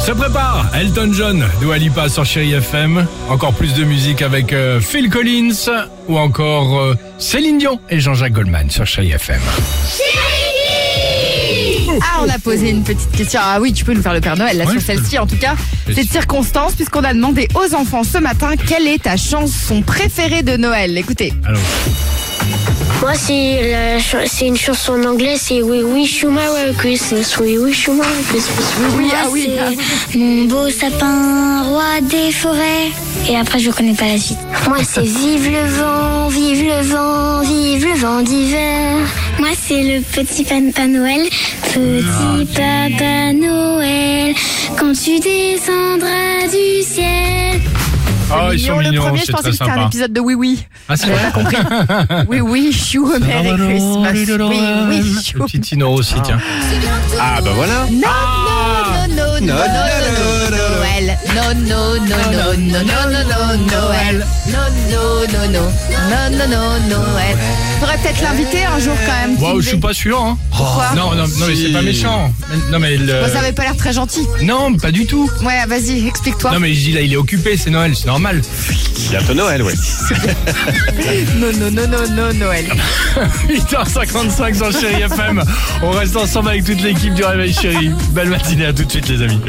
Se prépare Elton John, Dua Lipa sur Chéri FM. Encore plus de musique avec euh, Phil Collins ou encore euh, Céline Dion et Jean-Jacques Goldman sur Chéri FM. Ah, on a posé une petite question. Ah oui, tu peux nous faire le Père Noël, là, Ouais, sur je peux. celle-ci, en tout cas. Et C'est de si- circonstance, puisqu'on a demandé aux enfants ce matin quelle est ta chanson préférée de Noël. Écoutez. Alors, Moi, c'est la ch- c'est une chanson en anglais, c'est We Wish You Merry Christmas, We Wish You Merry Christmas. oui, Moi, ah oui, c'est ah Mon beau sapin, roi des forêts. Et après, je connais pas la suite. Moi, c'est Vive le vent, vive le vent, vive le vent d'hiver. Moi, c'est le petit papa Noël. Petit Ah, papa Noël, quand tu descendras du ciel. Ah, ils sont Mignon, le mignons, premier, je c'est pensais très que c'était un sympa. épisode de Oui Oui. Ah, c'est vrai compris. Oui Oui, Chou, Merry Christmas. Oui Oui, Le Chou. petit Tino aussi, tiens. Ah bah voilà Non, non, non, non, non, non, non, non, Noël. Non, non, non, non, non, non, non, non, Noël. Non, non, non, non, non, non, non, Noël. Faudrait peut-être l'inviter un jour quand même. Wow, Sylvie. je suis pas sûr. Hein. Pourquoi Non, non, non, mais c'est si. pas méchant. Mais- Non, mais le... Bah, Ça avait pas l'air très gentil. Non, pas du tout. Ouais, vas-y, explique-toi. Non, mais je dis là, il est occupé, c'est Noël, c'est normal. Bientôt Noël, ouais. Non, non, non, non, non, Noël. 8h55 sur Chéri FM. On reste ensemble avec toute l'équipe du Réveil Chéri. Belle matinée à tout de suite, les amis.